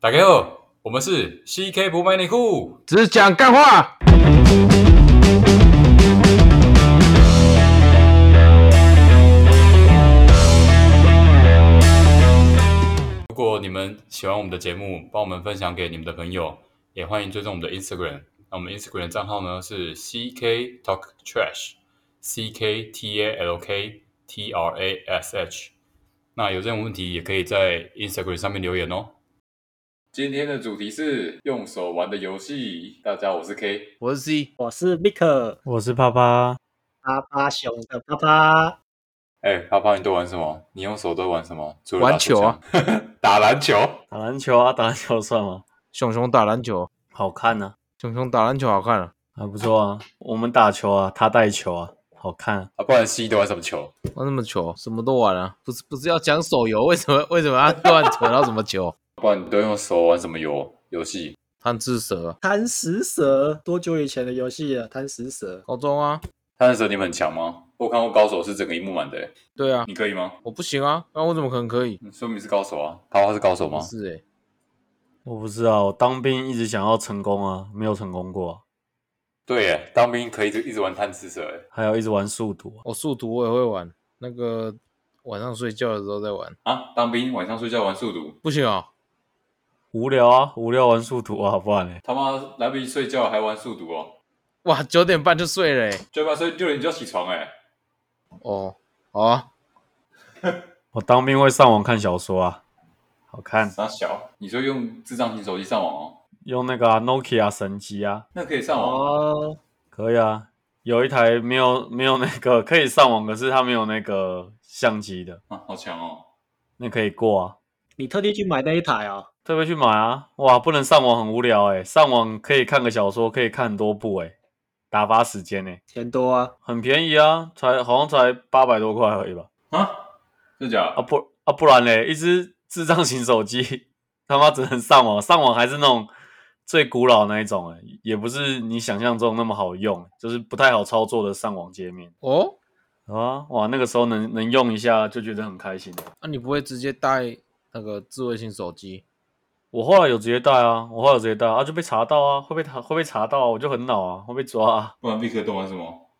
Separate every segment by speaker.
Speaker 1: 打开后，我们是 CK 不卖内裤。
Speaker 2: 只是讲干话。
Speaker 1: 如果你们喜欢我们的节目，帮我们分享给你们的朋友，也欢迎追踪我们的 Instagram。那我们 Instagram 账号呢是 CK Talk Trash，C K T A L K T R A S H。那有任何问题也可以在 Instagram 上面留言哦。今天的主题是用手玩的游戏。大家好，我是 K。
Speaker 2: 我是 Z，
Speaker 3: 我是 Mick
Speaker 4: 我是啪啪，
Speaker 3: 八八熊的啪啪，
Speaker 1: 哎、欸，胖胖，你都玩什么？你用手都玩什么？除了
Speaker 2: 玩
Speaker 1: 打手
Speaker 2: 球啊
Speaker 1: 枪， 打篮球。
Speaker 4: 打篮球啊，打篮球算吗？
Speaker 2: 熊熊打篮球，
Speaker 4: 好看呢、
Speaker 2: 熊熊打篮球好看啊。
Speaker 4: 啊，还不错啊。我们打球啊，他带球啊，好看啊、
Speaker 1: 啊，不然 C 都玩什么球？
Speaker 2: 玩什么球？什么都玩啊。不是不是要讲手游，为什么为什么要乱扯到什么球？
Speaker 1: 不然你都用手玩什么游游戏？
Speaker 2: 贪吃蛇，
Speaker 3: 贪食蛇，多久以前的游戏了？贪食蛇，
Speaker 2: 高中啊，
Speaker 1: 他那时候你们很强吗？我看过高手是整个荧幕满的、欸，
Speaker 2: 对啊，
Speaker 1: 你可以吗？
Speaker 2: 我不行啊，那我怎么可能可以？欸
Speaker 1: 你说明是高手啊，他花是高手吗
Speaker 2: 不？是诶、
Speaker 4: 我不知道，我当兵一直想要成功啊，没有成功过啊、
Speaker 1: 对耶，当兵可以一直一直玩贪吃蛇耶，
Speaker 4: 还有一直玩速读啊、
Speaker 2: 我速读我也会玩，那个晚上睡觉的时候再玩，
Speaker 1: 啊，当兵晚上睡觉玩速读，
Speaker 2: 不行啊，
Speaker 4: 无聊啊，无聊玩速读啊，不然嘞，
Speaker 1: 他妈来不及睡觉还玩速读哦，
Speaker 2: 哇，九点半就睡了、欸，
Speaker 1: 九点半睡六点就要起床哎，
Speaker 2: 哦，好啊，
Speaker 4: 我当兵会上网看小说啊，好看，
Speaker 1: 傻小，你说用智障型手机上网哦，
Speaker 4: 用那个、啊、Nokia 神机啊，
Speaker 1: 那可以上网，
Speaker 3: 哦，
Speaker 4: 可以啊。有一台没有没有那个可以上网，可是它没有那个相机的，
Speaker 1: 啊，好强哦，
Speaker 4: 那可以过啊。
Speaker 3: 你特地去买那一台啊？
Speaker 4: 特别去买啊！哇，不能上网很无聊哎、上网可以看个小说，可以看很多部哎、打发时间哎、
Speaker 3: 钱多啊？
Speaker 4: 很便宜啊，才好像才八百多块而已吧？
Speaker 1: 啊，真假
Speaker 4: 啊？不啊不然嘞，一只智障型手机 他妈只能上网，上网还是那种最古老那一种哎、也不是你想象中那么好用，欸就是不太好操作的上网界面
Speaker 2: 哦，
Speaker 4: 啊！哇，那个时候能能用一下就觉得很开心。
Speaker 2: 那、啊你不会直接带那个智慧型手机？
Speaker 4: 我后来有直接带啊，我后来有直接带啊，就被查到啊，会被查会被查到啊，我就很恼啊，会被抓啊。
Speaker 1: 不然立刻都玩什么？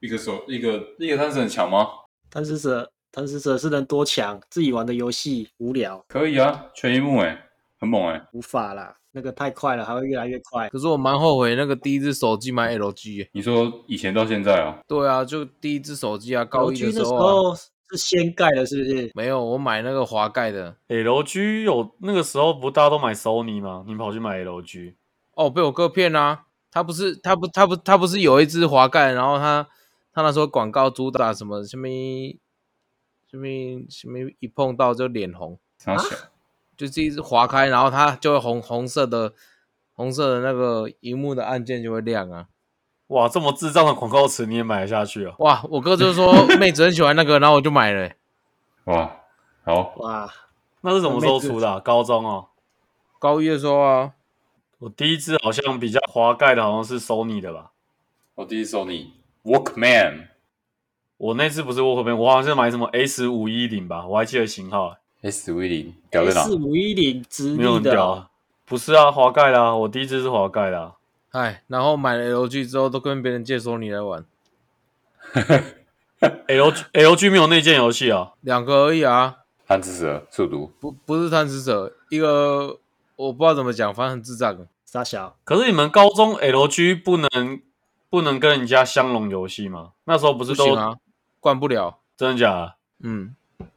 Speaker 1: 立刻手立刻立刻贪吃很强吗？
Speaker 3: 贪食蛇，贪食蛇是能多强？自己玩的游戏无聊，
Speaker 1: 可以啊，全荧幕哎，很猛哎，
Speaker 3: 无法啦，那个太快了，还会越来越快。
Speaker 2: 可是我蛮后悔那个第一只手机买 LG、欸。
Speaker 1: 你说以前到现在啊，
Speaker 2: 对啊，就第一只手机啊，高一
Speaker 3: 军
Speaker 2: 的
Speaker 3: 的
Speaker 2: 时
Speaker 3: 时
Speaker 2: 候啊、
Speaker 3: 候是掀盖的，是不是？
Speaker 2: 没有，我买那个滑盖的，
Speaker 4: LG 有那个时候不大家都买 Sony 吗？你跑去买 LG，
Speaker 2: 哦，被我哥骗啦、他不是，他不，他不，他不是有一只滑盖，然后他他那时候广告主打什么什么什么什么，一碰到就脸红，
Speaker 1: 傻小。
Speaker 2: 就是一直滑开，然后它就会红红色的红色的那个荧幕的按键就会亮啊。
Speaker 4: 哇，这么智障的广告词你也买得下去啊？
Speaker 2: 哇，我哥就 说妹子很喜欢那个，然后我就买了欸、
Speaker 1: 哇，好，
Speaker 3: 哇，
Speaker 4: 那是什么时候出的、啊？高中哦。
Speaker 2: 高一的时候啊，
Speaker 4: 我第一支好像比较滑盖的，好像是 Sony 的吧？
Speaker 1: 我哦第一首你 Walkman
Speaker 4: 我那次不是 Walkman，我好像是买什么 S 五一零吧，我还记得型号、
Speaker 1: S 五零屌在哪？
Speaker 3: 哎四五一零直
Speaker 4: 没有
Speaker 3: 立
Speaker 4: 很
Speaker 3: 的
Speaker 4: 屌
Speaker 3: 哦，
Speaker 4: 啊。不是啊，滑盖的、啊，我第一支是滑盖的、啊。
Speaker 2: 哎，然后买了 LG 之后都跟别人借索尼来玩，
Speaker 4: LG LG 没有内建游戏啊，
Speaker 2: 两个而已啊。
Speaker 1: 贪吃蛇速读，
Speaker 2: 不不是贪吃蛇，一个我不知道怎么讲，反正很智障。
Speaker 3: 傻小，
Speaker 4: 可是你们高中 LG 不能不能跟人家相容游戏吗？那时候不
Speaker 2: 不
Speaker 4: 是
Speaker 2: 行
Speaker 4: 都、
Speaker 2: 啊，灌不了。
Speaker 4: 真的假的？
Speaker 2: 嗯，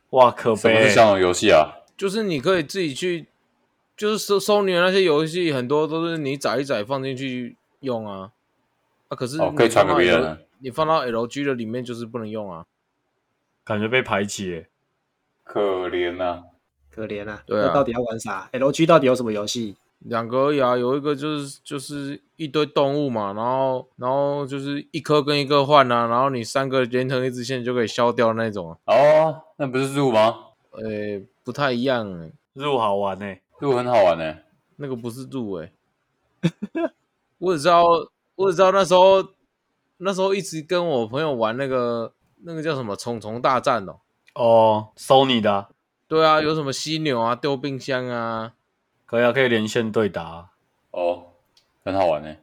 Speaker 4: 哇，可
Speaker 1: 什么
Speaker 4: 悲、
Speaker 1: 是
Speaker 4: 欸！
Speaker 1: 相容游戏啊？
Speaker 2: 就是你可以自己去，就是收收你的那些游戏，很多都是你载一载放进去用啊。啊，可是
Speaker 1: 哦可以
Speaker 2: 你
Speaker 1: 传
Speaker 2: 放
Speaker 1: 给
Speaker 2: 到
Speaker 1: 别人
Speaker 2: L-
Speaker 1: 啊
Speaker 2: 你放到 LG 的里面就是不能用啊。
Speaker 4: 感觉被排挤、欸。
Speaker 1: 可怜啊！
Speaker 3: 可怜啊！
Speaker 2: 对啊
Speaker 3: 那到底要玩啥？LG 到底有什么游戏？
Speaker 2: 两个而已啊，有一个就是就是一堆动物嘛，然后然后就是一颗跟一颗换啊，然后你三个连成一支线就可以消掉那种啊。
Speaker 1: 哦，那不是入吗？
Speaker 2: 呃，不太一样、欸，
Speaker 4: 入好玩呢、
Speaker 1: 入很好玩呢、
Speaker 2: 那个不是入围、我只知道，我只知道那时候那时候一直跟我朋友玩那个那个叫什么《虫虫大战》哦。
Speaker 4: 哦，Sony 的啊、
Speaker 2: 对啊，有什么犀牛啊、丢冰箱啊，
Speaker 4: 可以啊，可以连线对答啊。
Speaker 1: 哦，很好玩呢。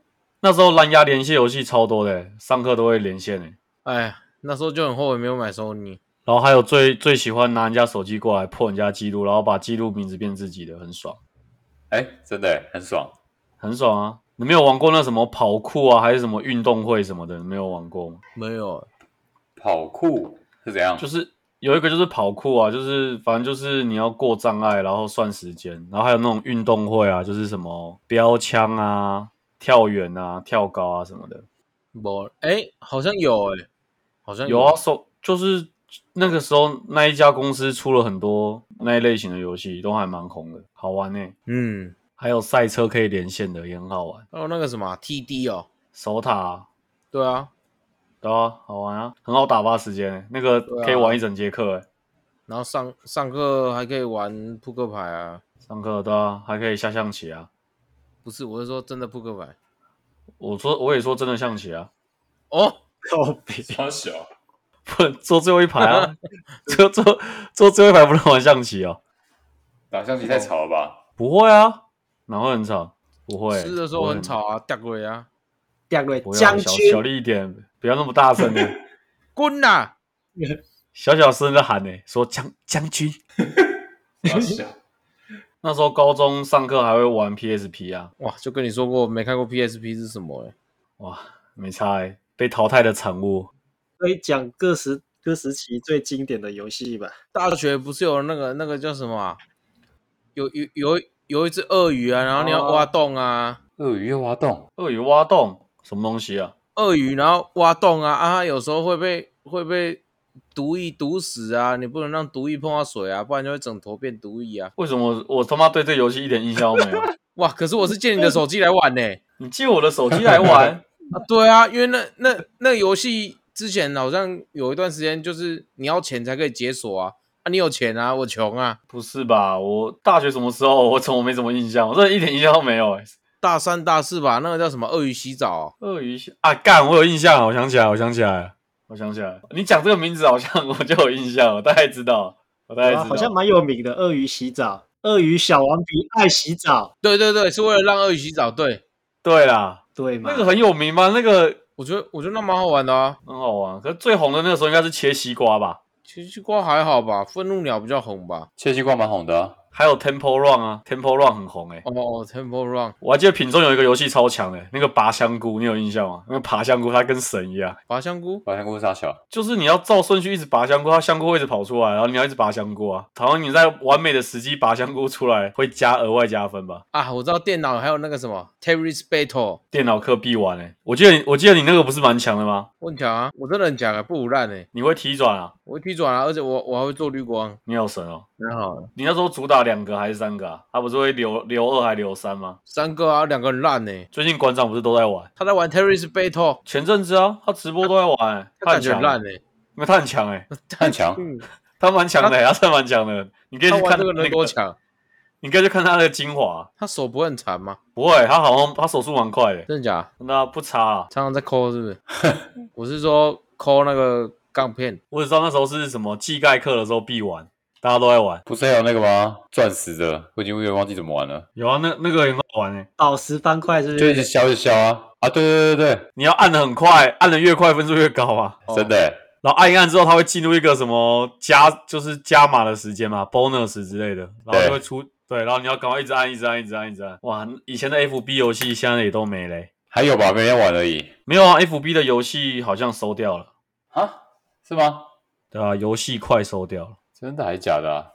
Speaker 4: 那时候蓝牙连线游戏超多的欸，上课都会连线诶。
Speaker 2: 哎，那时候就很后悔没有买 Sony。
Speaker 4: 然后还有最最喜欢拿人家手机过来破人家记录，然后把记录名字变自己的，很爽，
Speaker 1: 哎，真的耶很爽。
Speaker 4: 很爽啊！你没有玩过那什么跑酷啊，还是什么运动会什么的，你没有玩过吗？
Speaker 2: 没有，
Speaker 1: 跑酷是怎样？
Speaker 4: 就是是有一个就是跑酷啊，就是反正就是你要过障碍，然后算时间，然后还有那种运动会啊，就是什么标枪啊、跳远啊、跳高啊什么的。
Speaker 2: 我哎，好像有哎，好像
Speaker 4: 有啊，手就是那个时候那一家公司出了很多那一类型的游戏，都还蛮红的，好玩呢、欸
Speaker 2: 嗯，
Speaker 4: 还有赛车可以连线的，也很好玩。
Speaker 2: 还有那个什么 TD 哦，
Speaker 4: 守塔、啊，
Speaker 2: 对啊，
Speaker 4: 对啊，好玩啊，很好打发时间欸、那个
Speaker 2: 对啊
Speaker 4: 可以玩一整节课、欸。
Speaker 2: 然后上上课还可以玩扑克牌啊，
Speaker 4: 上课对啊，还可以下象棋啊。
Speaker 2: 不是，我是说真的扑克牌
Speaker 4: 我说我也说真的象棋啊，
Speaker 2: 哦，
Speaker 3: 靠北，
Speaker 1: 超小。
Speaker 4: 不能坐最后一排啊， 坐坐坐最后一排不能玩象棋哦。
Speaker 1: 打象棋太吵了吧？
Speaker 4: 不会啊，哪会很吵？不会、
Speaker 2: 吃的时候
Speaker 4: 不会
Speaker 2: 很。吵啊，吊鬼啊，
Speaker 3: 两位
Speaker 4: 不要啊
Speaker 3: 将
Speaker 4: 小
Speaker 3: 军
Speaker 4: 小力一点，不要那么大声的、欸
Speaker 2: 滚啦！
Speaker 4: 小小声的喊呢、说将将军。
Speaker 1: 超小。
Speaker 4: 那时候高中上课还会玩 PSP 啊，
Speaker 2: 哇，就跟你说过没看过 PSP 是什么哎、
Speaker 4: 哇，没差、欸，被淘汰的产物。
Speaker 3: 可以讲各时各时期最经典的游戏吧。
Speaker 2: 大学不是有那个那个叫什么啊、有有有有一只鳄鱼啊，然后你要挖洞啊，
Speaker 1: 鳄鱼又挖洞，
Speaker 4: 鳄鱼挖洞什么东西啊？
Speaker 2: 鳄鱼然后挖洞啊啊，它有时候会被会被毒液毒死啊，你不能让毒液碰到水啊，不然就会整坨变毒液啊。
Speaker 4: 为什么我我他妈对这游戏一点印象都 没有？
Speaker 2: 哇，可是我是借你的手机来玩呢、欸
Speaker 4: 你借我的手机来玩，
Speaker 2: 啊，对啊，因为那那那游戏之前好像有一段时间就是你要钱才可以解锁啊，啊你有钱啊，我穷啊，
Speaker 4: 不是吧？我大学什么时候？我怎么没什么印象？我真的一点印象都没有、欸。
Speaker 2: 大三大四吧，那个叫什么鳄鱼洗澡、哦，
Speaker 4: 鳄鱼啊，干！我有印象，我想起来，我想起来了，我想起来了。你讲这个名字好像我就有印象，我大概知道，我大概知道。
Speaker 3: 啊，好像蛮有名的。鳄鱼洗澡，鳄鱼小顽皮爱洗澡，
Speaker 2: 对对对，是为了让鳄鱼洗澡，对
Speaker 4: 对啦，
Speaker 3: 对吗？
Speaker 4: 那个很有名吗？那个
Speaker 2: 我觉得我觉得那蛮好玩的啊，
Speaker 4: 很好玩，可是最红的那个时候应该是切西瓜吧？
Speaker 2: 其实瓜还好吧，愤怒鸟比较红吧，
Speaker 1: 切西瓜蛮红的啊。
Speaker 4: 还有 Temple Run 啊，Temple Run 很红诶、
Speaker 2: 哦哦，Temple Run
Speaker 4: 我还记得品中有一个游戏超强的、欸那个拔香菇，你有印象吗？那个拔香菇它跟神一样，
Speaker 2: 拔香菇，
Speaker 1: 拔香菇傻小，
Speaker 4: 就是你要照顺序一直拔香菇，它香菇会一直跑出来，然后你要一直拔香菇啊。好像你在完美的时机拔香菇出来，会加额外加分吧？
Speaker 2: 啊，我知道电脑还有那个什么 Terry's Battle，
Speaker 4: 电脑课必玩诶、欸我记得你我记得你那个不是蛮强的吗？
Speaker 2: 我很强啊，我真的很强啊，不腐烂哎，
Speaker 4: 你会踢转啊？
Speaker 2: 我会踢转啊，而且我我还会做绿光，
Speaker 4: 你好神哦！
Speaker 2: 蛮好的，
Speaker 4: 你那时候主打两个还是三个啊？他不是会留留二还留三吗？
Speaker 2: 三个啊，两个很烂呢，
Speaker 4: 最近馆长不是都在玩？
Speaker 2: 他在玩 Terry's Battle。
Speaker 4: 前阵子啊，他直播都在 玩、欸，他
Speaker 2: 感
Speaker 4: 很
Speaker 2: 觉
Speaker 4: 强
Speaker 2: 很，烂哎、
Speaker 4: 因为他很强 诶、
Speaker 1: 很强。
Speaker 2: 嗯，
Speaker 4: 他蛮强的、欸，他真的蛮强的。你可以
Speaker 2: 他
Speaker 4: 去
Speaker 2: 玩
Speaker 4: 看
Speaker 2: 这个
Speaker 4: 那
Speaker 2: 能多强？
Speaker 4: 你可以去看他的精华，
Speaker 2: 他手不会很残吗？
Speaker 4: 不会，他好像他手速蛮快的，
Speaker 2: 真的假的？
Speaker 4: 那不差、啊。
Speaker 2: 常常在抠是不是？ 我是说抠那个杠片，
Speaker 4: 我只知道那时候是什么技盖课的时候必玩，大家都在玩。
Speaker 1: 不是还有那个吗？钻石的，我已经有点忘记怎么玩了，
Speaker 4: 有啊，那那个也很好玩诶、欸
Speaker 3: 宝石方块是不
Speaker 1: 就一直
Speaker 3: 是？
Speaker 1: 削一直削啊啊！对对对对
Speaker 4: 你要按的很快，按的越快分数越高啊。
Speaker 1: 对，真的欸耶。
Speaker 4: 然后按一按之后，它会进入一个什么加，就是加码的时间嘛，bonus 之类的，然后
Speaker 1: 对
Speaker 4: 就会出对，然后你要赶快一直按，一直按，一直按，一直按。哇，以前的 FB 游戏现在也都没嘞、
Speaker 1: 还有吧，没人玩而已
Speaker 4: 没有啊，FB 的游戏好像收掉了，
Speaker 1: 啊？是吗？
Speaker 4: 对啊，游戏快收掉了。
Speaker 1: 真的还是假的啊？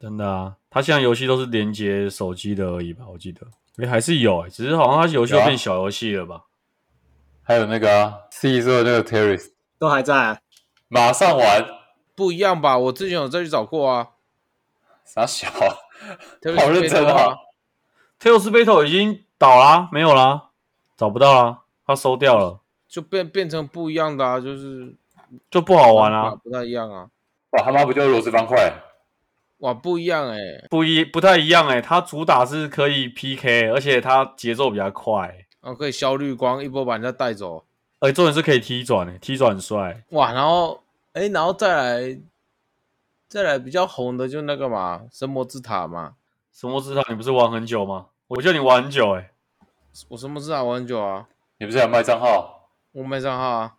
Speaker 4: 真的啊，它现在游戏都是连接手机的而已吧？我记得，诶、还是有、诶只是好像它游戏
Speaker 1: 有啊
Speaker 4: 变小游戏了吧？
Speaker 1: 还有那个啊，C 说的那个 Terrace，
Speaker 3: 都还在、啊。
Speaker 1: 马上玩，
Speaker 2: 不一样吧？我之前有再去找过啊，
Speaker 1: 傻小啊，
Speaker 2: Terry's
Speaker 1: 好认真
Speaker 2: Battle 啊
Speaker 1: 啊！
Speaker 4: Tales Battle 已经倒啦，没有啦，找不到啦，它收掉了，
Speaker 2: 就变变成不一样的啊，就是
Speaker 4: 就不好玩
Speaker 2: 啊，
Speaker 4: 啦，
Speaker 2: 不太一样啊，
Speaker 1: 哇，他妈不就是螺丝方块？
Speaker 2: 哇，不一样哎、
Speaker 4: 不一不太一样诶、它主打是可以 PK，而且它节奏比较快、
Speaker 2: 然后哦可以消绿光，一波把人家带走，
Speaker 4: 而且重点是可以踢转诶、踢转很帅。
Speaker 2: 哇，然后哎、然后再来再来比较红的就那个嘛，神魔之塔嘛，
Speaker 4: 神魔之塔你不是玩很久吗？我叫你玩很久哎、
Speaker 2: 我什么知道玩很久啊？
Speaker 1: 你不是还有卖账号？
Speaker 2: 我没账号啊，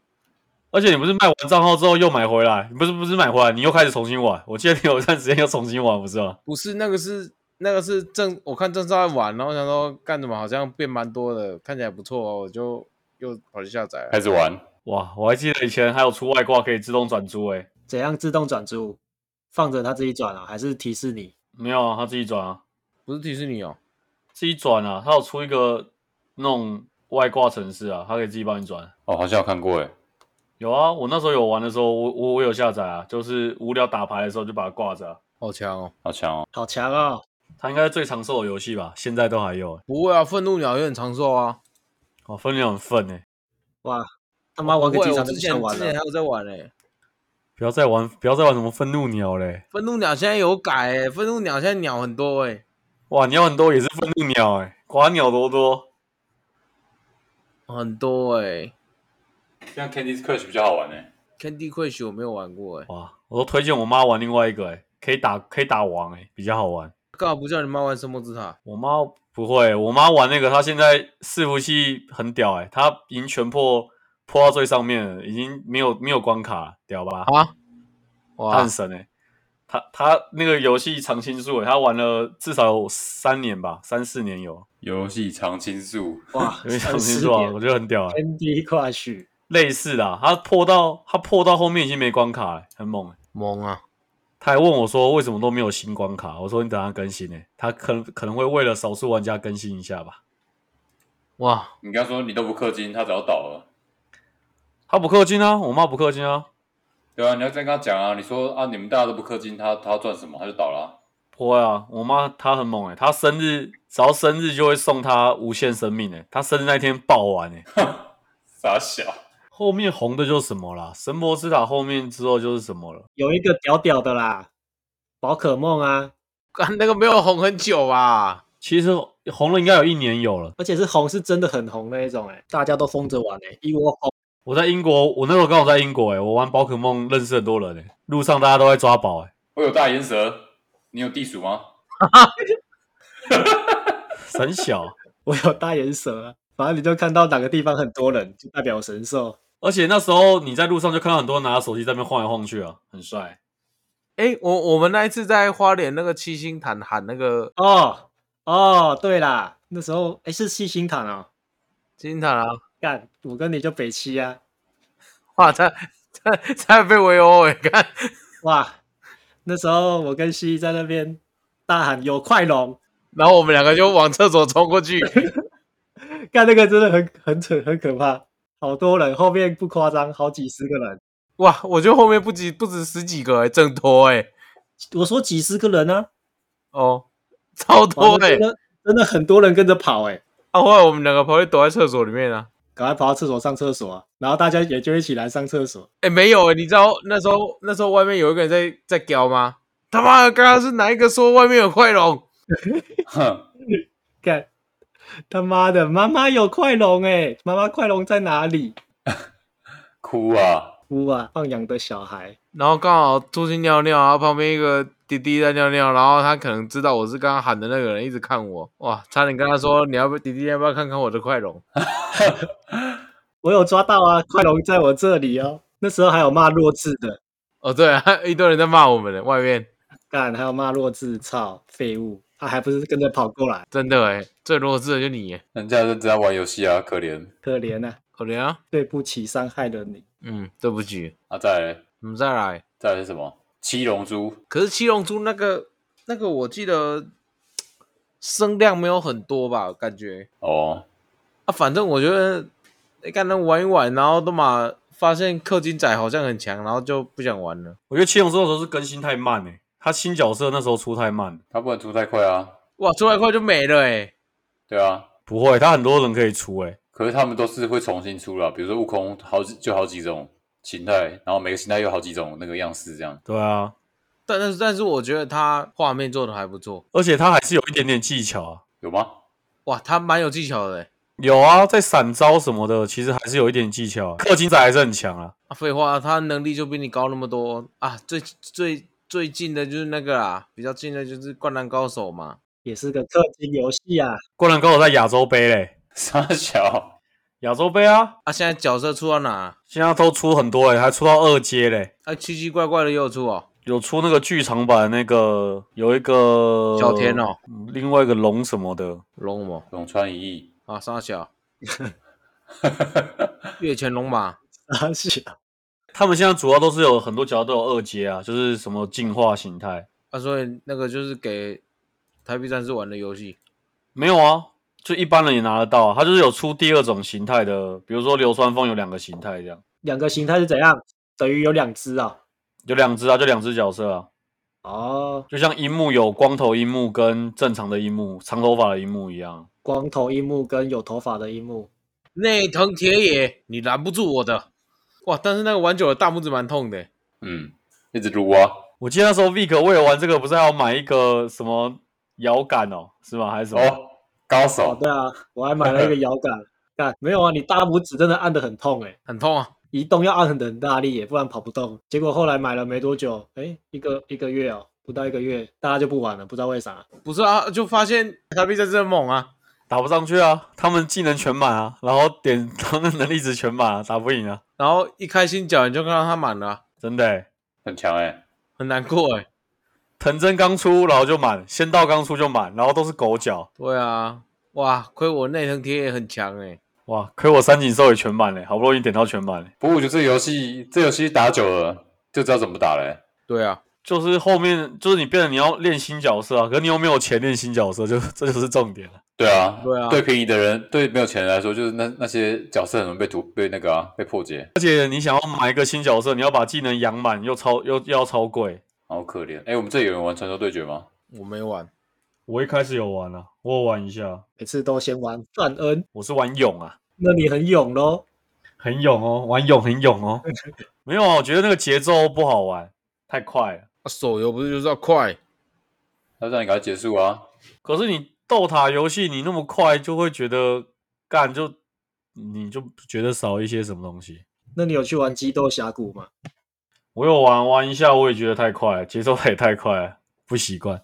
Speaker 4: 而且你不是卖完账号之后又买回来，你不是不是买回来，你又开始重新玩。我记得你有一段时间又重新玩，不是吗？
Speaker 2: 不是那个是那个是正，我看郑少在玩，然后我想说干什么好像变蛮多的，看起来不错哦，我就又跑去下载了。
Speaker 1: 开始玩，
Speaker 4: 哇，我还记得以前还有出外挂可以自动转租哎、
Speaker 3: 怎样自动转租？放着它自己转啊，还是提示你？
Speaker 4: 没有啊，他自己转啊，
Speaker 2: 不是提示你哦，
Speaker 4: 自己转啊，他有出一个那种外挂城市啊，他可以自己帮你转。
Speaker 1: 哦，好像有看过诶。
Speaker 4: 有啊，我那时候有玩的时候，我我我有下载啊，就是无聊打牌的时候就把它挂着啊、
Speaker 2: 好强哦！
Speaker 1: 好强哦！
Speaker 3: 好强哦！
Speaker 4: 它应该是最长寿的游戏吧，现在都还有、欸。
Speaker 2: 不会啊，愤怒鸟也很长寿啊。
Speaker 4: 哦，分量很愤哎、
Speaker 3: 哇，他妈玩个
Speaker 2: 不会
Speaker 3: 几
Speaker 2: 我
Speaker 3: 场就
Speaker 2: 之
Speaker 3: 不
Speaker 2: 前
Speaker 3: 想玩
Speaker 2: 之前
Speaker 3: 了
Speaker 2: 还。有在玩嘞、
Speaker 4: 不要再玩，不要再玩什么愤怒鸟嘞、
Speaker 2: 愤怒鸟现在有改诶、愤怒鸟现在鸟很多欸诶、
Speaker 4: 哇，你要很多也是愤怒鸟哎、寡鸟多多。
Speaker 2: 很多诶、
Speaker 1: 像 Candy Crush 比较好玩欸诶。
Speaker 2: Candy Crush 我没有玩过诶、欸
Speaker 4: 哇，我都推荐我妈玩另外一个哎、可以打可以打王哎、比较好玩。
Speaker 2: 干嘛不叫你妈玩神魔之塔？
Speaker 4: 我妈不会、我妈玩那个，她现在伺服器很屌哎、她赢全破破到最上面了，已经没有没有关卡了，屌吧？
Speaker 2: 啊，
Speaker 4: 她
Speaker 2: 哇
Speaker 4: 很，神哎、她她那个游戏常青树哎、她玩了至少有三年吧，三四年有，
Speaker 1: 游戏常青树，
Speaker 3: 哇，
Speaker 4: 因为常
Speaker 3: 三
Speaker 4: 青
Speaker 3: 十
Speaker 4: 树啊，我
Speaker 3: 点
Speaker 4: 觉得很屌哎、
Speaker 3: Candy Crush，
Speaker 4: 类似的、啊，她破到她破到后面已经没关卡了、很猛、欸。
Speaker 2: 萌啊！
Speaker 4: 他还问我说为什么都没有新关卡，我说你等他更新呢、欸他可能可能会为了少数玩家更新一下吧。
Speaker 2: 哇，
Speaker 1: 你刚说你都不氪金，他早倒了。
Speaker 4: 他不氪金啊，我妈不氪金啊，
Speaker 1: 对啊，你要再跟他讲啊，你说啊，你们大家都不氪金，他他要赚什么，他就倒了
Speaker 4: 不会啊，我妈她很猛诶、欸她生日只要生日就会送她无限生命诶、欸她生日那天爆完诶、
Speaker 1: 啊，傻小。
Speaker 4: 后面红的就是什么啦，神魔之塔后面之后就是什么了，
Speaker 3: 有一个屌屌的啦，宝可梦啊，
Speaker 2: 干那个没有红很久吧？
Speaker 4: 其实红了应该有一年有了。
Speaker 3: 而且是红是真的很红那一种哎、大家都疯着玩哎、一窝蜂。
Speaker 4: 我在英国，我那时候刚好在英国诶、欸我玩宝可梦认识很多人诶、欸路上大家都在抓宝诶、欸
Speaker 1: 我有大岩蛇，你有地鼠吗？
Speaker 4: 神小。啊
Speaker 3: 我有大眼蛇、啊，反正你就看到哪个地方很多人，就代表神兽。
Speaker 4: 而且那时候你在路上就看到很多人拿着手机在那边晃来晃去啊，很帅。
Speaker 2: 诶、我我们那一次在花莲那个七星潭喊那个
Speaker 3: 哦哦，对啦，那时候哎是七星潭哦，
Speaker 2: 七星潭啊，
Speaker 3: 干我跟你就北七啊，
Speaker 2: 哇，差差差点被围殴欸诶、看
Speaker 3: 哇，那时候我跟西在那边大喊有快龙，
Speaker 2: 然后我们两个就往厕所冲过去，
Speaker 3: 干那个真的很很扯很可怕，好多人，后面不夸张，好几十个人。
Speaker 2: 哇，我觉得后面不止不止十几个欸诶、正多诶、
Speaker 3: 我说几十个人啊，
Speaker 2: 哦，超多欸
Speaker 3: 哇那
Speaker 2: 诶、
Speaker 3: 真的真的很多人跟着跑哎、
Speaker 2: 啊，后来我们两个跑去躲在厕所里面啊。
Speaker 3: 赶快跑到厕所上厕所啊，然后大家也就一起来上厕所。
Speaker 2: 哎、没有哎、你知道那时候那时候外面有一个人在在屌吗？他妈的，刚刚是哪一个说外面有快龙？
Speaker 1: 哼，
Speaker 3: 干他妈的，妈妈有快龙哎、妈妈快龙在哪里？
Speaker 1: 哭啊！
Speaker 3: 哭啊，放羊的小孩，
Speaker 2: 然后刚好出去尿尿，然后旁边一个弟弟在尿尿，然后他可能知道我是刚刚喊的那个人，一直看我，哇，差点跟他说你要不弟弟要不要看看我的快龙？
Speaker 3: 我有抓到啊，快龙在我这里哦。那时候还有骂弱智的，
Speaker 2: 哦，对、啊， 一堆人在骂我们呢，外面
Speaker 3: 干还有骂弱智，操废物，他、还不是跟着跑过来，
Speaker 2: 真的哎、最弱智的就你耶，
Speaker 1: 人家认真在玩游戏啊，可怜
Speaker 3: 可怜啊，
Speaker 2: 可怜啊，
Speaker 3: 对不起，伤害了你。
Speaker 2: 嗯，对不起，
Speaker 1: 啊！再来，
Speaker 2: 我们再来。
Speaker 1: 再来是什么？七龙珠
Speaker 2: 可是七龙珠那个那个，我记得声量没有很多吧，感觉。
Speaker 1: 哦，
Speaker 2: 啊，反正我觉得你看能玩一玩，然后都嘛发现氪金仔好像很强，然后就不想玩了。
Speaker 4: 我觉得七龙珠那时候是更新太慢诶、欸他新角色那时候出太慢了。
Speaker 1: 他不能出太快啊，
Speaker 2: 哇，出来快就没了哎、
Speaker 1: 对啊。
Speaker 4: 不会，他很多人可以出诶、欸
Speaker 1: 可是他们都是会重新出啦，比如说悟空好几就好几种形态，然后每个形态有好几种那个样式，这样
Speaker 4: 对啊，
Speaker 2: 但但是但是我觉得他画面做的还不错，
Speaker 4: 而且他还是有一点点技巧啊。
Speaker 1: 有吗？
Speaker 2: 哇，他蛮有技巧的、欸。
Speaker 4: 有啊，在闪招什么的，其实还是有一点技巧、啊。氪金仔还是很强啊。
Speaker 2: 啊，废话，他能力就比你高那么多啊！最最最近的就是那个啦，比较近的就是《灌篮高手》嘛。
Speaker 3: 也是个氪金游戏啊。
Speaker 4: 灌篮高手在亚洲杯嘞，
Speaker 1: 傻小，
Speaker 4: 亚洲杯啊，
Speaker 2: 啊，现在角色出到哪？
Speaker 4: 现在都出很多嘞，还出到二阶嘞，
Speaker 2: 啊，奇奇怪怪的又出哦。
Speaker 4: 有出那个剧场版那个有一个
Speaker 2: 小天哦，
Speaker 4: 嗯另外一个龙什么的，
Speaker 2: 龙某
Speaker 1: 龙川一亿，
Speaker 2: 啊，沙小，月前龙马，
Speaker 3: 啊，是啊，
Speaker 4: 他们现在主要都是有很多角色都有二阶啊，就是什么进化形态。
Speaker 2: 啊，所以那个就是给台币战士玩的游戏。
Speaker 4: 没有啊，就一般人也拿得到、啊。它就是有出第二种形态的，比如说流川枫有两个形态这样，
Speaker 3: 两个形态是怎样？等于有两只啊。
Speaker 4: 有两只啊，就两只角色啊，
Speaker 3: 哦，
Speaker 4: 就像樱木有光头樱木跟正常的樱木、长头发的樱木一样。
Speaker 3: 光头樱木跟有头发的樱木，
Speaker 2: 内藤铁也，你拦不住我的。哇，但是那个玩久了大拇指蛮痛的。
Speaker 1: 嗯，一直撸啊，
Speaker 4: 我记得那时候 Vic 为了玩这个，不是还要买一个什么摇杆哦，是吗？还是什么？
Speaker 1: 哦，高
Speaker 3: 哦，
Speaker 1: 手，
Speaker 3: 对啊，我还买了一个摇杆。看，没有啊，你大拇指真的按得很痛哎、
Speaker 2: 很痛啊！
Speaker 3: 移动要按很很大力耶，不然跑不动。结果后来买了没多久，哎，一个一个月哦，不到一个月，大家就不玩了，不知道为啥。
Speaker 2: 不是啊，就发现台币战士很猛啊，
Speaker 4: 打不上去啊，他们技能全满啊，然后点 他们能力值全满、啊，打不赢啊，
Speaker 2: 然后一开心脚你就看到他满了啊、
Speaker 4: 真的、欸。
Speaker 1: 很强哎、
Speaker 2: 很难过哎、
Speaker 4: 藤真刚出，然后就满；仙道刚出就满，然后都是狗脚。
Speaker 2: 对啊，哇，亏我内藤贴也很强哎、
Speaker 4: 哇，亏我三井寿也全满嘞，好不容易点到全满嘞。
Speaker 1: 不过我觉得这游戏这游戏打久了就知道怎么打了、欸。
Speaker 2: 对啊，
Speaker 4: 就是后面就是你变得你要练新角色啊，可是你又没有钱练新角色，就 这就是重点了。
Speaker 1: 对啊，
Speaker 2: 对啊
Speaker 1: 对便宜的人，对没有钱人来说，就是那那些角色很容易被突被那个啊被破解，
Speaker 4: 而且你想要买一个新角色，你要把技能养满，又超又又要超贵。
Speaker 1: 好可怜。哎，我们这里有人玩传说对决吗？
Speaker 2: 我没玩，
Speaker 4: 我一开始有玩啊，我有玩一下，
Speaker 3: 每次都先玩范恩，
Speaker 4: 我是玩勇啊，
Speaker 3: 那你很勇咯。
Speaker 4: 很勇哦，玩勇很勇哦。 没有啊，我觉得那个节奏不好玩，太快了。
Speaker 2: 啊手游不是就是要快，
Speaker 1: 要让你赶快结束啊！
Speaker 4: 可是你斗塔游戏你那么快，就会觉得干就你就觉得少一些什么东西。
Speaker 3: 那你有去玩激斗峡谷吗？
Speaker 4: 我有玩玩一下，我也觉得太快了，节奏也太快了，不习惯。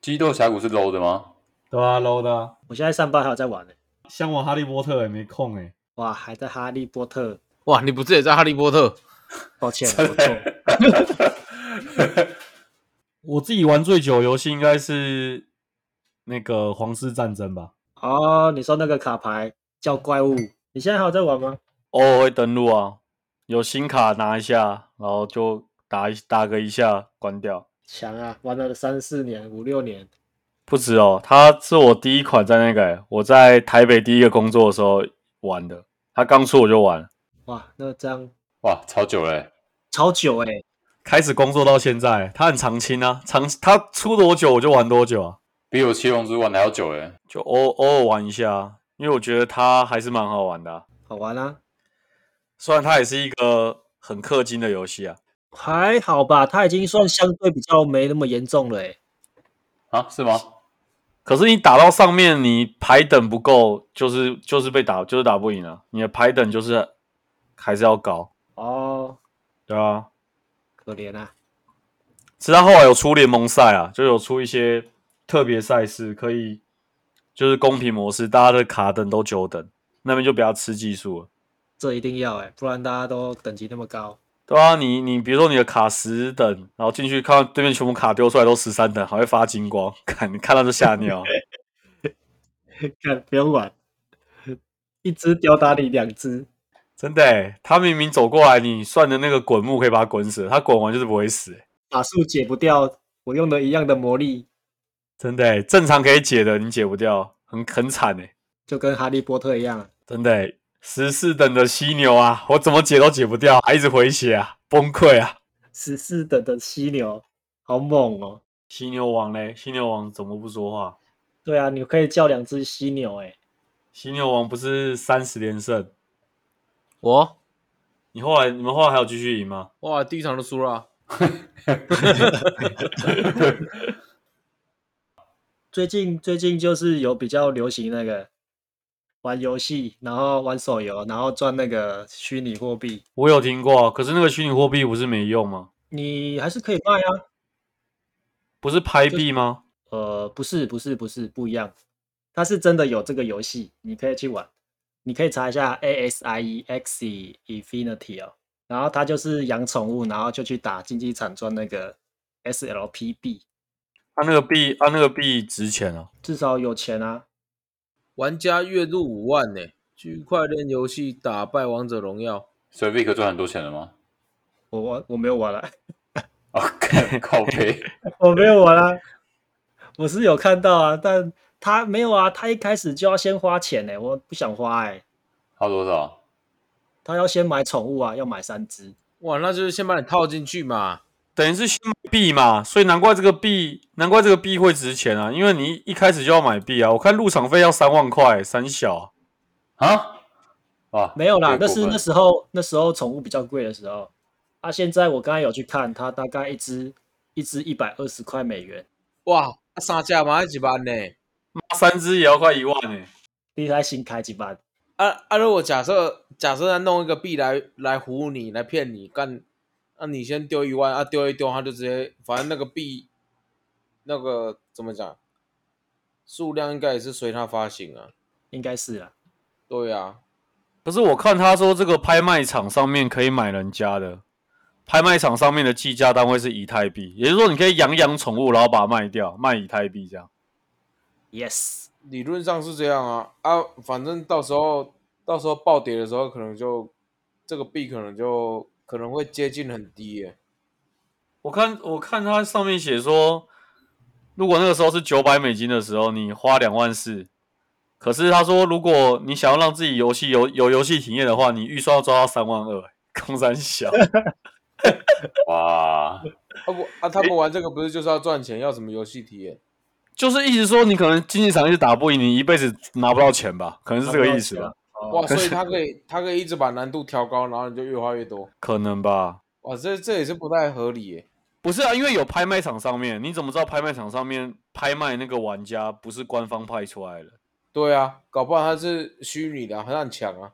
Speaker 1: 激斗峡谷是 low 的吗？
Speaker 4: 对啊，low 的、啊。
Speaker 3: 我现在上班还有在玩呢、
Speaker 4: 想玩哈利波特也没空哎、
Speaker 3: 哇，还在哈利波特，
Speaker 2: 哇，你不是也在哈利波特？
Speaker 3: 抱歉，我错了。
Speaker 4: 我自己玩最久的游戏应该是那个《皇室战争》吧。
Speaker 3: 哦，你说那个卡牌叫怪物，你现在还有在玩吗？
Speaker 4: 偶尔会登录啊，有新卡拿一下，然后就打一打个一下，关掉。
Speaker 3: 强啊，玩了三四年、五六年，
Speaker 4: 不止哦，它是我第一款在那个、欸、我在台北第一个工作的时候玩的，它刚出我就玩，
Speaker 3: 哇，那这样
Speaker 1: 哇，超久了、欸，
Speaker 3: 超久哎、
Speaker 4: 开始工作到现在，它很常青啊，常它出多久我就玩多久啊。
Speaker 1: 比我七龙珠玩的还要久哎、欸。
Speaker 4: 就偶偶尔玩一下，因为我觉得它还是蛮好玩的啊、
Speaker 3: 好玩啊，
Speaker 4: 虽然它也是一个很氪金的游戏啊。
Speaker 3: 还好吧，它已经算相对比较没那么严重了哎、
Speaker 1: 啊，是吗？
Speaker 4: 可是你打到上面，你牌等不够，就是就是被打，就是打不赢啊。你的牌等就是还是要高，
Speaker 3: 哦，
Speaker 4: 对啊。
Speaker 3: 可怜啊，
Speaker 4: 直到后来有出联盟赛啊，就有出一些特别赛事，可以就是公平模式，大家的卡等都九等，那边就比较吃技术了。
Speaker 3: 这一定要哎、不然大家都等级那么高，
Speaker 4: 对啊，你你比如说你的卡十等，然后进去看到对面全部卡丢出来都十三等，还会发金光，看你看到就吓尿。
Speaker 3: 看不用玩， 一只吊打你两只，
Speaker 4: 真的欸，他明明走过来，你算的那个滚木可以把他滚死，他滚完就是不会死欸。
Speaker 3: 法术解不掉，我用的一样的魔力，
Speaker 4: 真的欸，正常可以解的你解不掉，很很惨哎，
Speaker 3: 就跟哈利波特一样啊，
Speaker 4: 真的欸十四等的犀牛啊，我怎么解都解不掉，还一直回血啊，崩溃啊！
Speaker 3: 十四等的犀牛，好猛哦！
Speaker 4: 犀牛王嘞，犀牛王怎么不说话？
Speaker 3: 对啊，你可以叫两只犀牛哎、
Speaker 4: 犀牛王不是三十连胜，
Speaker 2: 我
Speaker 4: 你后来你们后来还有继续赢吗？
Speaker 2: 哇，第一场就输了啊、
Speaker 3: 最近最近就是有比较流行那个玩游戏，然后玩手游，然后赚那个虚拟货币，
Speaker 4: 我有听过，啊可是那个虚拟货币不是没用吗？
Speaker 3: 你还是可以卖啊。
Speaker 4: 不是拍币吗？
Speaker 3: 呃，不是，不是，不是，不一样。它是真的有这个游戏，你可以去玩，你可以查一下 A S I E X E Infinity 哦。然后它就是养宠物，然后就去打竞技场赚那个 S L P B，
Speaker 4: 他那个币，他那个币值钱啊，
Speaker 3: 至少有钱啊。
Speaker 2: 玩家月入五万呢、区块链游戏打败王者荣耀，
Speaker 1: 所以 Vic 赚很多钱了吗？
Speaker 3: 我我我没有玩了、
Speaker 1: 哦，看靠背，
Speaker 3: 我没有玩啊，我是有看到啊，但他没有啊，他一开始就要先花钱呢、我不想花哎、
Speaker 1: 花多少？
Speaker 3: 他要先买宠物啊，要买三只。
Speaker 2: 哇，那就是先把你套进去嘛。
Speaker 4: 等于是先买币嘛，所以难怪这个币，难怪这个币会值钱啊，因为你一开始就要买币啊。我看入场费要三万块，三小
Speaker 1: 啊？哇，
Speaker 3: 没有啦，
Speaker 1: 这
Speaker 3: 那
Speaker 1: 个
Speaker 3: 是
Speaker 1: 过分
Speaker 3: 那时候那时候宠物比较贵的时候。啊，现在我刚才有去看，它大概一只一只一百二十块美元，
Speaker 2: 哇，那杀价嘛要几万呢？
Speaker 4: 妈三只也要快一万呢、
Speaker 3: 你才新开几班？
Speaker 2: 啊啊！如果假设假设他弄一个币来来唬你，来骗你干，那、你先丢一万啊，丢一丢，他就直接反正那个币那个怎么讲，数量应该也是随他发行啊。
Speaker 3: 应该是啦、
Speaker 2: 对啊，
Speaker 4: 可是我看他说这个拍卖场上面可以买人家的，拍卖场上面的计价单位是以太币，也就是说你可以养养宠物，然后把它卖掉，卖以太币这样。
Speaker 3: y e s
Speaker 2: 理论上是这样啊啊，反正到时候到时候暴跌的时候，可能就这个币可能就可能会接近很低耶、
Speaker 4: 我看我看它上面写说，如果那个时候是九百美金的时候，你花两万四。可是他说，如果你想要让自己游戏有有游戏体验的话，你预算要抓到三万二、欸，空三小。
Speaker 1: 哇，
Speaker 2: 啊不啊，他们玩这个不是就是要赚钱，要什么游戏体验？
Speaker 4: 就是意思说，你可能竞技场一直打不赢，你一辈子拿不到钱吧？可能是这个意思吧？
Speaker 2: 哇，所以他可以他可以一直把难度调高，然后你就越花越多。
Speaker 4: 可能吧。
Speaker 2: 哇，这这也是不太合理耶。
Speaker 4: 不是啊，因为有拍卖场上面，你怎么知道拍卖场上面拍卖那个玩家不是官方派出来的？
Speaker 2: 对啊，搞不好他是虚拟的啊，他很强啊。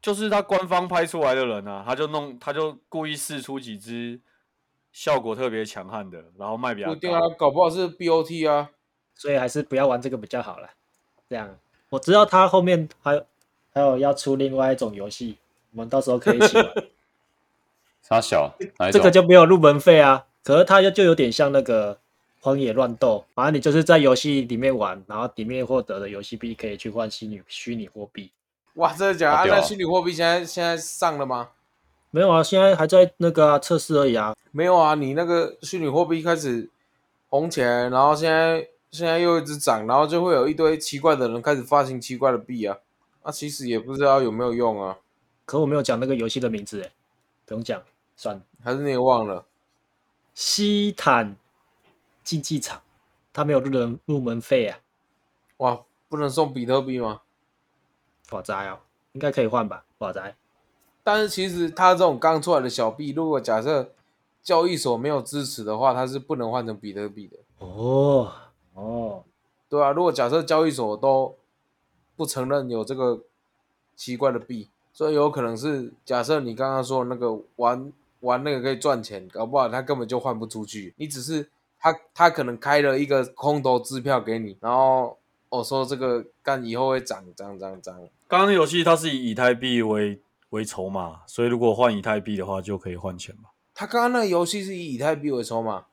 Speaker 4: 就是他官方拍出来的人啊，他就弄，他就故意试出几只效果特别强悍的，然后卖比
Speaker 2: 不
Speaker 4: 较
Speaker 2: 一定啊搞
Speaker 4: 高。，
Speaker 2: 不好是 BOT 啊。
Speaker 3: 所以还是不要玩这个比较好了。这样，我知道他后面还有还有要出另外一种游戏，我们到时候可以一 起玩。
Speaker 1: 差小哪一
Speaker 3: 这
Speaker 1: 种？
Speaker 3: 个就没有入门费啊，可是它就就有点像那个荒野乱斗，反正你就是在游戏里面玩，然后里面获得的游戏币可以去换虚拟虚拟货币。
Speaker 2: 哇，真的假的？
Speaker 1: 好
Speaker 2: 啊、
Speaker 1: 屌
Speaker 2: 那虚拟货币现在现在上了吗？
Speaker 3: 没有啊，现在还在那个啊、测试而已啊。
Speaker 2: 没有啊，你那个虚拟货币开始红起来，然后现在现在又一直涨，然后就会有一堆奇怪的人开始发行奇怪的币啊。那、其实也不知道有没有用啊，
Speaker 3: 可我没有讲那个游戏的名字，哎，不用讲，算了。
Speaker 2: 还是你也忘了？
Speaker 3: 西坦竞技场，它没有入门入门费啊，
Speaker 2: 哇，不能送比特币吗？
Speaker 3: 哇塞哦，应该可以换吧，哇塞。
Speaker 2: 但是其实它这种刚出来的小币，如果假设交易所没有支持的话，它是不能换成比特币的。
Speaker 3: 哦哦，
Speaker 2: 对啊，如果假设交易所都不承认有这个奇怪的币，所以有可能是假设你刚刚说的那个玩玩那个可以赚钱，搞不好他根本就换不出去，你只是他他可能开了一个空头支票给你，然后我、哦、说这个干以后会涨涨涨涨，
Speaker 4: 刚刚那游戏它是以以太币为为筹码，所以如果换以太币的话，就可以换钱吧。
Speaker 2: 他刚刚那个游戏是以以太币为筹码，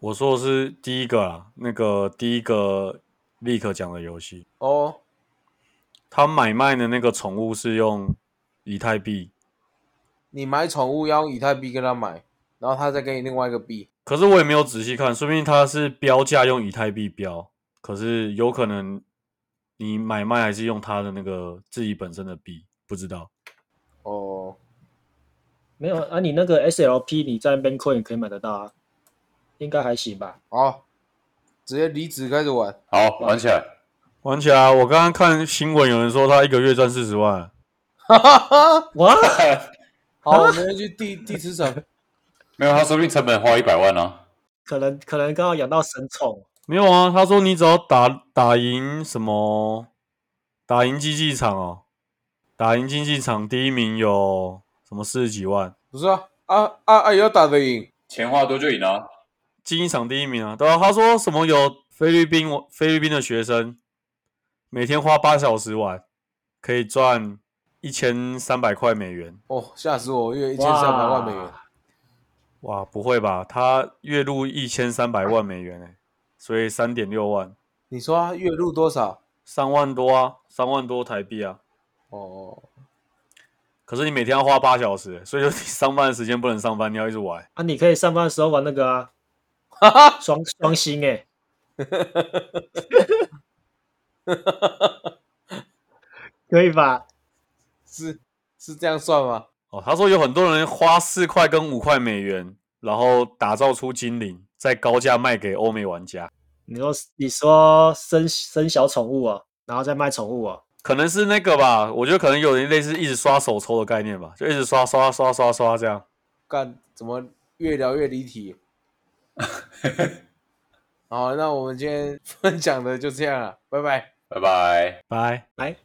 Speaker 4: 我说的是第一个啦，那个第一个立刻讲的游戏，
Speaker 2: 哦，
Speaker 4: 他买卖的那个宠物是用以太币，
Speaker 2: 你买宠物要用以太币跟他买，然后他再给你另外一个币，
Speaker 4: 可是我也没有仔细看，说不定它是标价用以太币标，可是有可能你买卖还是用它的那个自己本身的币，不知道。
Speaker 2: 哦，
Speaker 3: 没有啊，你那个 SLP 你在 Bitcoin 可以买得到啊，应该还行吧。
Speaker 2: 好，直接离职开始玩。
Speaker 1: 好玩起来，
Speaker 4: 玩起来，我刚刚看新闻有人说他一个月赚四十万，
Speaker 2: 哈哈哈！
Speaker 3: 哇，
Speaker 2: 好，我们要去第第十层。
Speaker 1: 没有他说不定成本花一百万呢、啊。
Speaker 3: 可能可能刚好养到神宠，
Speaker 4: 没有啊？他说你只要打打赢什么，打赢竞技场哦，打赢竞技场第一名有什么四十几万，
Speaker 2: 不是啊啊啊啊！也要打得赢，
Speaker 1: 钱花多就赢啊！
Speaker 4: 竞技场第一名啊，对啊，他说什么有菲律宾我菲律宾的学生每天花八小时玩，可以赚一千三百块美元。
Speaker 2: 哦，吓死我！月一千三百万美元，
Speaker 3: 哇
Speaker 4: 哇，不会吧？他月入一千三百万美元哎、所以三点六万，
Speaker 2: 你说他月入多少？
Speaker 4: 三万多啊，三万多台币啊。
Speaker 2: 哦，
Speaker 4: 可是你每天要花八小时欸、所以就是你上班的时间不能上班，你要一直玩。
Speaker 3: 啊！你可以上班的时候玩那个啊，双双星哎、可以吧？
Speaker 2: 是是这样算吗？
Speaker 4: 哦，他说有很多人花四块跟五块美元，然后打造出精灵，再高价卖给欧美玩家。
Speaker 3: 你说你说生生小宠物哦，然后再卖宠物哦，
Speaker 4: 可能是那个吧，我觉得可能有点类似一直刷手抽的概念吧，就一直刷刷刷刷刷这样。
Speaker 2: 干，怎么越聊越离题？好，那我们今天分享的就这样了，拜拜。
Speaker 1: 拜拜。
Speaker 4: 拜。
Speaker 3: 来。